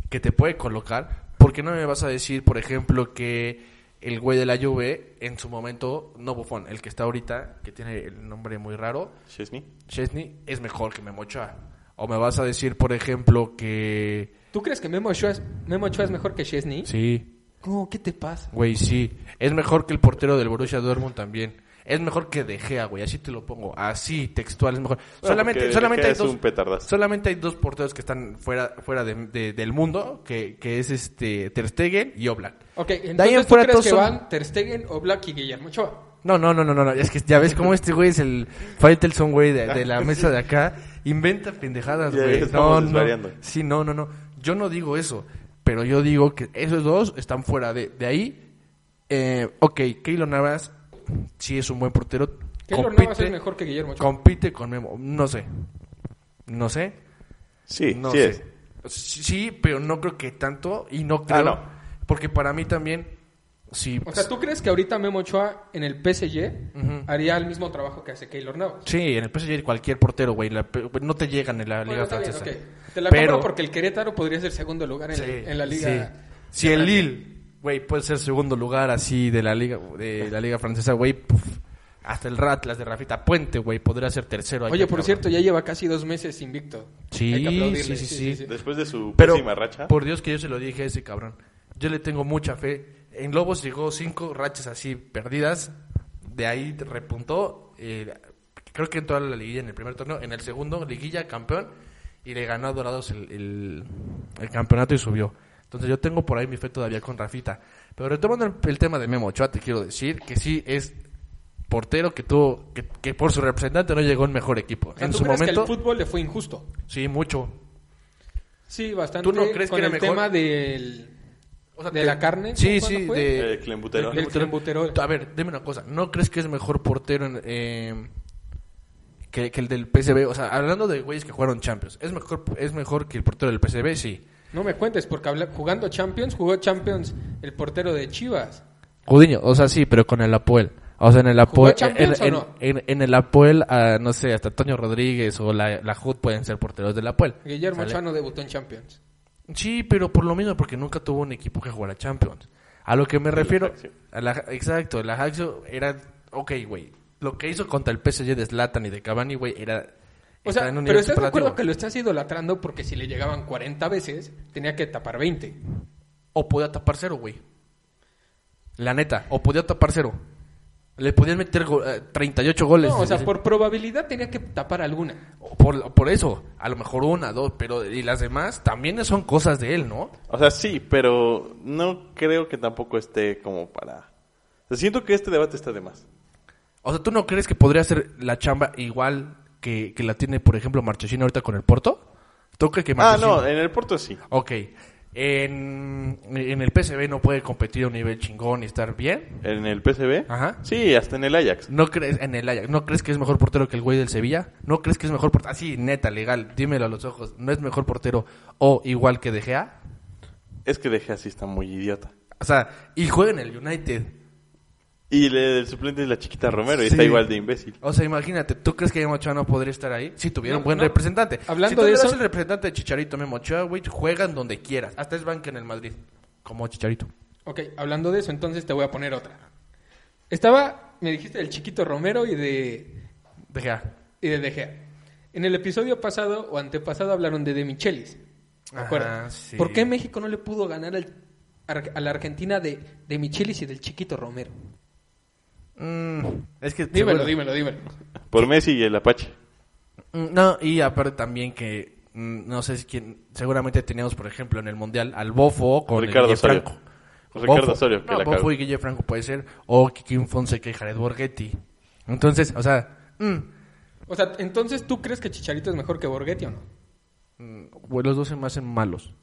B: que te puede colocar. porque no me vas a decir, por ejemplo, que el güey de la Juve, en su momento, no Bufón, el que está ahorita, que tiene el nombre muy raro,
C: Chesney.
B: Chesney, es mejor que Memo Ochoa? O me vas a decir, por ejemplo, que...
A: ¿Tú crees que Memo Ochoa es, Memo Ochoa es mejor que Chesney?
B: Sí,
A: No, ¿qué te pasa?
B: güey, sí. Es mejor que el portero del Borussia Dortmund también. Es mejor que De Gea, güey. Así te lo pongo. Así, textual, es mejor.
C: Bueno, porque
B: solamente
C: De
B: solamente
C: Gea
B: hay
C: es
B: dos...
C: un petardazo.
B: Solamente hay dos porteros que están fuera, fuera de- de- del mundo, que, que es este Ter Stegen y Oblak.
A: Ok,
B: De ahí en
A: entonces ¿tú
B: fuera
A: crees
B: todos
A: que
B: son-
A: van Ter Stegen, Oblak y Guillermo Ochoa?
B: No, no, no, no, no, no, es que ya ves cómo este güey es el Faitelson, güey, de, de la mesa de acá. Inventa pendejadas,
C: Ya
B: güey.
C: estamos
B: No, no.
C: desvariando.
B: Sí, no, no, no. Yo no digo eso, pero yo digo que esos dos están fuera de, de ahí. Eh, ok, Keylor Navas sí es un buen portero.
A: Keylor
B: compite,
A: Navas es mejor que Guillermo Ochoa.
B: compite con Memo. No sé. No sé.
C: Sí,
B: No
C: sí
B: sé.
C: es. Ah,
B: Sí, sí, pero no creo que tanto y no creo.
C: no.
B: Porque para mí también, sí.
A: O sea, ¿tú crees que ahorita Memo Ochoa en el PSG
B: Ujú.
A: haría el mismo trabajo que hace Keylor Navas?
B: Sí, en el PSG cualquier portero, güey. la- no te llegan en la
A: Bueno,
B: Liga
A: está bien,
B: Francesa.
A: ok. Te la
B: Pero-
A: compro porque el Querétaro podría ser segundo lugar en,
B: Sí,
A: en la liga.
B: sí. Si el Lille, güey, puede ser segundo lugar así de la Liga, de la liga Francesa, güey. puf, Hasta el Ratlas de Rafita Puente, güey, podría ser tercero. allá,
A: Oye, por
B: cabrón.
A: cierto, ya lleva casi dos meses invicto.
B: Sí,
A: Hay que aplaudirle.
B: sí, sí, sí.
C: Después de su
B: Pero,
C: pésima racha.
B: por Dios que yo se lo dije a ese cabrón. Yo le tengo mucha fe. En Lobos llegó cinco rachas así perdidas. De ahí repuntó. eh, creo que entró a la liguilla en el primer torneo. En el segundo, liguilla, campeón. Y le ganó a Dorados el, el- el campeonato y subió. Entonces yo tengo por ahí mi fe todavía con Rafita. Pero retomando el, el tema de Memo Ochoa, te quiero decir que sí es portero que tuvo, que, que por su representante no llegó en mejor equipo.
A: O sea,
B: en
A: ¿tú
B: su
A: crees
B: momento,
A: que el fútbol le fue injusto?
B: sí, mucho.
A: Sí, bastante.
B: ¿Tú no crees
A: con
B: que era
A: el
B: mejor?
A: tema del,
B: O sea,
A: de
B: te-
A: la carne.
B: Sí,
A: ¿cuándo
B: sí,
A: fue?
B: de-
C: Eh, Clembutero.
A: del- Clembuterol.
B: A ver, dime una cosa. ¿No crees que es mejor portero en, eh, que, que el del PCB? O sea, hablando de güeyes que jugaron Champions, ¿es mejor, ¿es mejor que el portero del PCB? Sí.
A: No me cuentes, porque habla- jugando Champions, jugó Champions el portero de Chivas.
B: Judiño, o sea, sí, pero con el Apoel. O sea, en el Apoel. En,
A: Champions o
B: en-
A: no?
B: en- en el Apoel, ah, no sé, hasta Antonio Rodríguez o la, la Jud pueden ser porteros del Apoel.
A: Guillermo
B: ¿Sale?
A: Ochoa no debutó en Champions.
B: Sí, pero por lo mismo, porque nunca tuvo un equipo que jugara Champions. A lo que me refiero.
C: Ajaxio.
B: a la- exacto, la Ajaxio era. Ok, güey. Lo que hizo contra el PSG de Zlatan y de Cavani, güey, era.
A: O
B: estaba
A: sea,
B: en un
A: pero
B: nivel
A: estás de acuerdo
B: superlativo.
A: que lo estás idolatrando porque si le llegaban 40 veces, tenía que tapar 20.
B: O podía tapar cero, güey. La neta, o podía tapar cero. Le podían meter go- eh, 38 goles.
A: No, o sea,
B: Sí.
A: por probabilidad tenía que tapar alguna.
B: Por, por eso, a lo mejor una, dos, pero y las demás también son cosas de él, ¿no?
C: O sea, sí, pero no creo que tampoco esté como para... O sea, siento que este debate está de más.
B: O sea, ¿tú no crees que podría hacer la chamba igual que, que la tiene, por ejemplo, Marchesín ahorita con el Porto? ¿Tú crees que
C: Ah,
B: Marchesín...
C: no, en el Porto sí.
B: Ok. En, en el PSV no puede competir a un nivel chingón y estar bien.
C: ¿En el PCB?
B: Ajá.
C: Sí, hasta en el Ajax.
B: ¿No crees en el Ajax? ¿No crees que es mejor portero que el güey del Sevilla? ¿No crees que es mejor portero? Así, neta, legal, dímelo a los ojos. ¿No es mejor portero o igual que De Gea?
C: Es que De Gea sí está muy idiota.
B: O sea, y juega en el United.
C: Y le- el suplente es la chiquita Romero y
B: Sí.
C: está igual de imbécil.
B: O sea, imagínate, ¿tú crees que Memo Ochoa no podría estar ahí? Si tuviera
A: No,
B: un buen
A: no.
B: representante.
A: Hablando
B: si
A: de
B: tuvieras
A: eso-
B: el representante de Chicharito Memo Ochoa, güey, juegan donde quieras. Hasta es banca en el Madrid. Como Chicharito.
A: Ok, hablando de eso, entonces te voy a poner otra. Estaba, me dijiste, del chiquito Romero y de,
B: De Gea.
A: y de De Gea. En el episodio pasado o antepasado hablaron de De Michelis. ¿Te
B: Ajá,
A: acuerdas?
B: sí.
A: ¿Por qué México no le pudo ganar al- ar- a la Argentina de, de Michelis y del chiquito Romero?
B: Mm, es que...
A: Dímelo,
B: seguro-
A: dímelo, dímelo.
C: Por Messi y el Apache.
B: Mm, No, y aparte también que... mm, No sé si quién... Seguramente teníamos, por ejemplo, en el Mundial al Bofo con el
C: Ricardo
B: Guille
C: Osorio.
B: Franco.
C: Pues Ricardo
B: Bofo.
C: Osorio, que
B: No,
C: la
B: Bofo
C: cagó.
B: y Guille Franco puede ser. O Kikín Fonseca y Jared Borghetti. Entonces, o sea... mm,
A: O sea, entonces, ¿tú crees que Chicharito es mejor que Borghetti o no?
B: mm, güey, los dos se me hacen malos.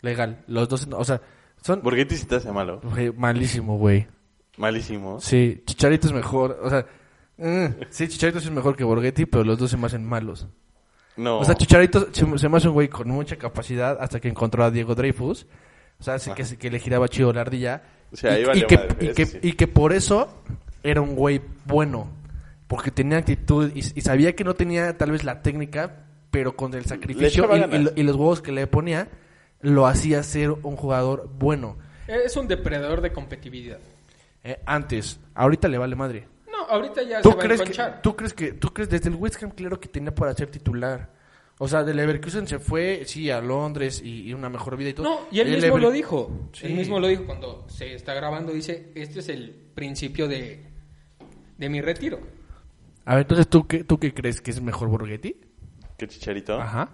B: Legal. Los dos, o sea, son
C: Borghetti sí te hace malo.
B: güey, malísimo, güey.
C: Malísimo.
B: Sí, Chicharito es mejor, o sea, mm, sí, Chicharito es mejor que Borghetti, pero los dos se me hacen malos.
C: No.
B: O sea, Chicharito se, se me hace un güey con mucha capacidad hasta que encontró a Diego Dreyfus. O sea, hace que, se- que le giraba chido la ardilla.
C: O sea, Ah. ahí
B: y,
C: valió
B: y que,
C: madre,
B: y
C: eso
B: que-
C: sí.
B: y que por eso era un güey bueno. Porque tenía actitud y, y sabía que no tenía tal vez la técnica, pero con el sacrificio
C: echaba
B: y- y,
C: ganas.
B: lo- y los huevos que le ponía, lo hacía ser un jugador bueno.
A: Es un depredador de competitividad.
B: Eh, antes, ahorita le vale madre.
A: No, ahorita ya se
B: ¿Tú
A: va
B: crees,
A: a
B: que,
A: enconchar.
B: ¿Tú crees que, tú crees, desde el West Ham, claro que tenía para ser titular? O sea, de Leverkusen se fue, sí, a Londres y, y una mejor vida y todo.
A: No, y él
B: El
A: mismo
B: Lever-
A: lo dijo.
B: Sí.
A: Él mismo lo dijo cuando se está grabando. Dice, este es el principio de, de mi retiro.
B: A ver, entonces, ¿tú qué, ¿tú qué crees que es mejor Borghetti?
C: ¿Qué chicharito?
B: Ajá.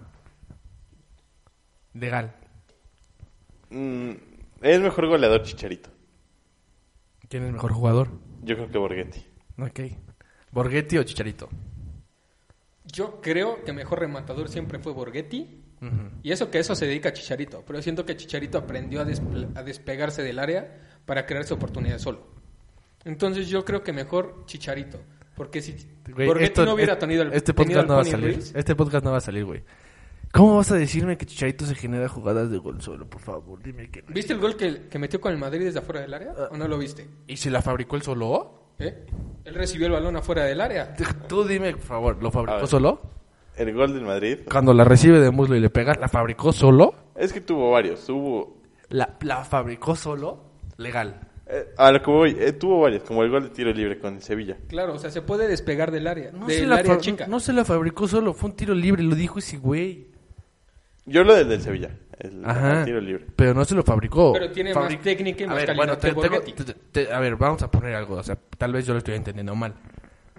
B: Legal.
C: Mm, es mejor goleador chicharito.
B: ¿Quién es mejor jugador?
C: Yo creo que Borghetti.
B: Ok. ¿Borghetti o Chicharito?
A: Yo creo que mejor rematador siempre fue Borghetti. Y eso que eso se dedica a Chicharito. Pero siento que Chicharito aprendió a, despl- a despegarse del área para crearse oportunidades solo. Entonces yo creo que mejor Chicharito. Porque si
B: Güey,
A: Borghetti
B: esto-
A: no hubiera
B: es-
A: tenido el
B: Este
A: tenido
B: podcast
A: al
B: no va a
A: Pony
B: salir.
A: Ruiz,
B: Este podcast no va a salir, güey. ¿Cómo vas a decirme que Chicharito se genera jugadas de gol solo? Por favor, dime que no.
A: ¿Viste el gol que, que metió con el Madrid desde afuera del área?
B: Ah.
A: ¿O no lo viste?
B: ¿Y se la fabricó él solo?
A: ¿Eh? Él recibió el balón afuera del área.
B: Tú dime, por favor, ¿lo
C: A
B: fabricó
C: ver.
B: solo?
C: El gol del Madrid.
B: Cuando la recibe de muslo y le pega, ¿la fabricó solo?
C: Es que tuvo varios. Tuvo.
B: ¿La, la fabricó solo? Legal.
C: eh, a lo que voy, eh, tuvo varios. Como el gol de tiro libre con el Sevilla.
A: Claro, o sea, se puede despegar del área,
B: No, se
A: del
B: la
A: área
B: fa-
A: chica.
B: no se la fabricó solo, fue un tiro libre, lo dijo ese güey.
C: Yo lo del del Sevilla. El,
B: Ajá.
C: el tiro libre.
B: Pero no se lo fabricó.
A: Pero tiene más técnica y
B: A
A: más
B: ver,
A: calidad
B: bueno,
A: que
B: te- tengo-
A: Borghetti.
B: te- te- a ver, vamos a poner algo. O sea, tal vez yo lo estoy entendiendo mal.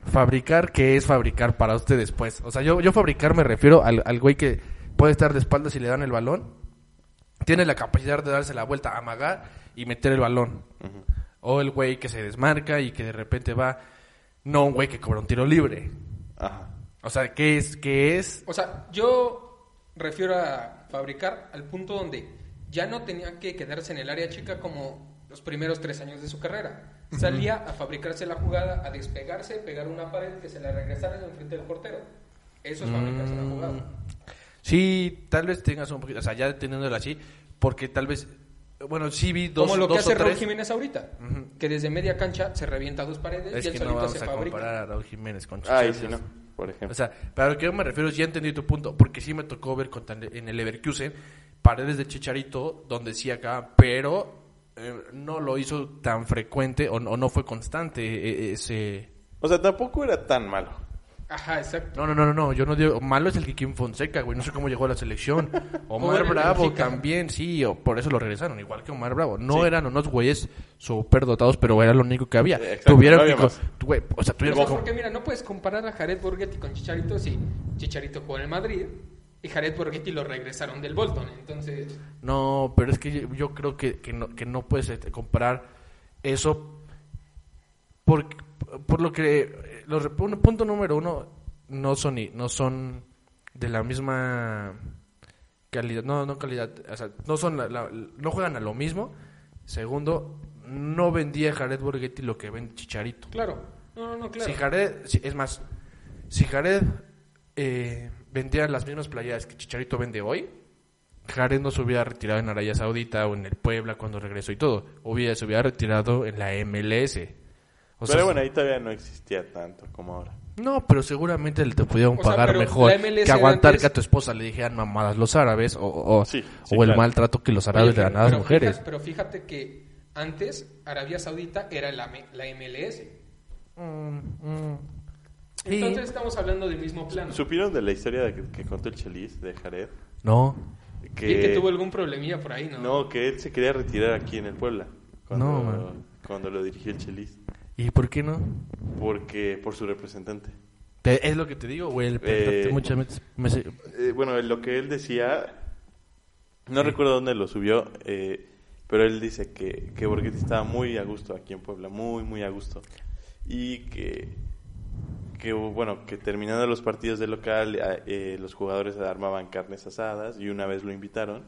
B: Fabricar, ¿qué es fabricar para ustedes, pues? O sea, yo, yo fabricar me refiero al, al güey que puede estar de espaldas y le dan el balón. Tiene la capacidad de darse la vuelta, amagar y meter el balón. O el güey que se desmarca y que de repente va... No, un güey que cobra un tiro libre.
C: Ajá.
B: O sea, ¿qué es? ¿Qué es?
A: O sea, yo refiero a fabricar al punto donde ya no tenía que quedarse en el área chica como los primeros tres años de su carrera. Salía a fabricarse la jugada, a despegarse, pegar una pared que se la regresaran enfrente del portero. Eso
B: Mm,
A: es fabricarse la jugada.
B: Sí, tal vez tengas un poquito... O sea, ya teniéndolo así, porque tal vez... Bueno, sí vi dos,
A: como lo que
B: dos
A: hace
B: o
A: Raúl
B: tres...
A: Jiménez ahorita, que desde media cancha se revienta dos paredes
B: Es
A: y él
B: que no
A: solito
B: vamos
A: se
B: a
A: fabrica.
B: comparar a Raúl Jiménez con
C: Ay,
B: Chicharito.
C: si no. Por ejemplo.
B: O sea, pero a lo que me refiero es, ya entendí tu punto, porque sí me tocó ver contra el- en el Leverkusen paredes de Chicharito donde sí acá, pero eh, no lo hizo tan frecuente o, o no fue constante eh, eh, ese...
C: o sea, tampoco era tan malo.
A: Ajá, exacto.
B: No, no, no, no, no, yo no digo... Malo es el Kikín Fonseca, güey, no sé cómo llegó a la selección. Omar
A: Pobre
B: Bravo
A: Benfica.
B: también, sí, o- por eso lo regresaron, igual que Omar Bravo. No eran unos güeyes super dotados, pero era lo único que había.
C: Exacto,
B: tuvieron
C: no había
B: que...
C: más.
B: co- güey, o sea,
A: O
B: tuvieron
A: sea,
B: que co-
A: porque mira, no puedes comparar a Jared Borghetti con Chicharito si Chicharito jugó en el Madrid y Jared Borghetti lo regresaron del Bolton. Entonces,
B: No, pero es que yo, yo creo que, que no, que no puedes este, comparar eso por, por lo que eh, los rep- un punto número uno no son i- no son de la misma calidad no no calidad o sea, no son la- la- no juegan a lo mismo segundo no vendía Jared Borghetti lo que vende Chicharito
A: claro. No, no, no, claro.
B: si Jared, si- es más, si Jared eh, vendía las mismas playeras que Chicharito vende hoy, Jared no se hubiera retirado en Arabia Saudita o en el Puebla cuando regresó y todo. Hubiera, se hubiera retirado en la MLS. O
C: pero bueno, ahí todavía no existía tanto como ahora.
B: No, pero seguramente le te pudieron
A: O sea,
B: pagar
A: pero
B: mejor
A: la MLS
B: que aguantar
A: antes-
B: que a tu esposa le dijeran mamadas los árabes o, o- o-
C: Sí, sí,
B: o el
C: claro.
B: maltrato que los árabes
A: Oye,
B: le dan a las
A: pero
B: mujeres.
A: fíjate- pero fíjate que antes Arabia Saudita era la, M- la MLS.
B: Mm, Sí.
A: Entonces estamos hablando del mismo plano.
C: ¿Supieron de la historia de que, que contó el Chelis de Jared?
B: No,
C: Que,
A: Y que tuvo algún problemilla por ahí, ¿no?
C: No, que él se quería retirar aquí en el Puebla. Cuando,
B: No, man.
C: cuando lo dirigió el Chelis.
B: ¿y por qué no?
C: Porque, por su representante.
B: Te- es lo que te digo, güey. el
C: Eh,
B: muchas veces me-
C: Eh, bueno, lo que él decía, no recuerdo dónde lo subió, eh, pero él dice que, que Borghetti estaba muy a gusto aquí en Puebla, muy, muy a gusto. Y que, que bueno, que terminando los partidos de local, eh, los jugadores armaban carnes asadas y una vez lo invitaron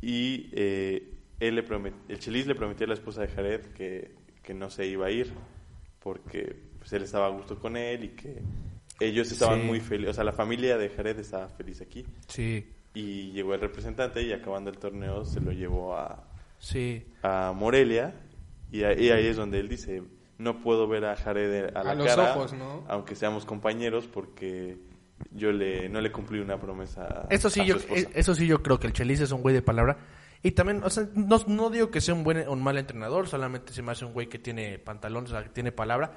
C: y eh, él le promet- el Chelis le prometió a la esposa de Jared que, que no se iba a ir porque pues, él estaba a gusto con él y que ellos estaban
B: Sí.
C: muy felices, o sea, la familia de Jared estaba feliz aquí
B: Sí,
C: y llegó el representante y acabando el torneo se lo llevó a,
B: sí.
C: a Morelia y, a- y ahí es donde él dice no puedo ver a Jared a la
A: A los
C: cara
A: ojos, ¿no?
C: aunque seamos compañeros porque yo le no le cumplí una promesa
B: Eso sí,
C: a
B: yo,
C: su esposa".
B: eh, eso sí yo creo que el Chelis es un güey de palabra. Y también, o sea, no, no digo que sea un buen un mal entrenador, solamente se me hace un güey que tiene pantalones, o sea, que tiene palabra.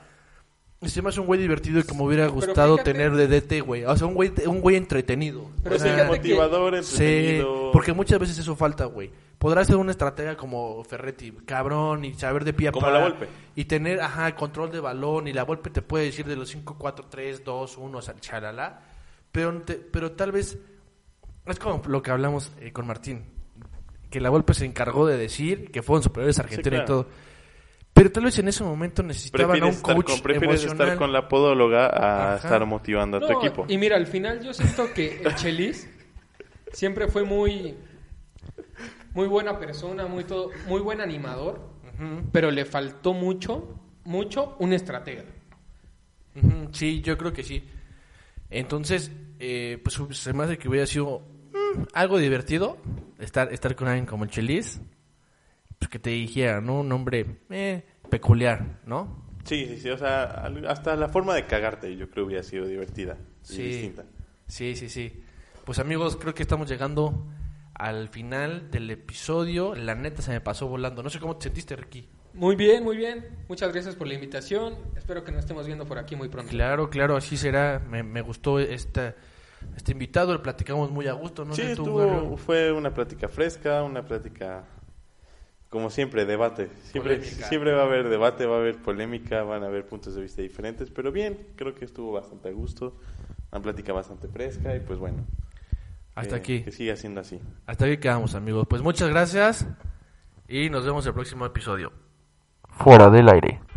B: Y Se me hace un güey divertido y que me hubiera gustado
A: fíjate-
B: tener de DT, güey. O sea, un güey, un güey entretenido.
A: Pero
B: O sea,
A: fíjate que-
C: motivador
B: Sí,
C: entretenido.
B: porque muchas veces eso falta, güey. Podrás ser un estratega como Ferretti, cabrón, y saber de pie a
C: Como
B: pa-
C: la Volpe.
B: Y tener, ajá, control de balón, y la golpe te puede decir de los 5, 4, 3, 2, 1, o sea, chalala. Pero, te- pero tal vez, es como lo que hablamos eh, con Martín, que la golpe se encargó de decir que fueron superiores a Argentina
C: claro.
B: y todo. Pero tal vez en ese momento necesitaban a un
C: prefieres, estar
B: coach
C: con, prefieres
B: emocional.
C: estar con la podóloga
B: Ajá.
C: a estar motivando a tu
A: No,
C: equipo
A: Y mira, al final yo siento que el Chelis siempre fue muy muy buena persona, muy todo, muy buen animador, pero le faltó mucho, mucho un estratega.
B: Ujú, Sí, yo creo que sí. Entonces, eh, pues se me hace que hubiera sido mm, algo divertido estar, estar con alguien como el Chelis, pues que te dijera, ¿no? Un nombre eh, peculiar, ¿no?
C: sí sí sí o sea al- hasta la forma de cagarte yo creo hubiera sido divertida y distinta
B: Sí, sí, sí. Pues amigos, creo que estamos llegando al final del episodio. La neta se me pasó volando. No sé cómo te sentiste, Ricky.
A: Muy bien, muy bien. Muchas gracias por la invitación. Espero que nos estemos viendo por aquí muy pronto.
B: Claro, claro, así será. Me, me gustó esta, este invitado. Le platicamos muy a gusto, ¿no?
C: sí
B: sé tú,
C: estuvo-
B: Guerrero.
C: fue una plática fresca una plática como siempre debate siempre
A: Polémica.
C: siempre va a haber debate va a haber polémica van a haber puntos de vista diferentes pero bien creo que estuvo bastante a gusto una plática bastante fresca y pues bueno
B: Hasta
C: que-
B: aquí.
C: que siga siendo así
B: Hasta aquí quedamos, amigos. Pues muchas gracias y nos vemos el próximo episodio. Fuera del aire.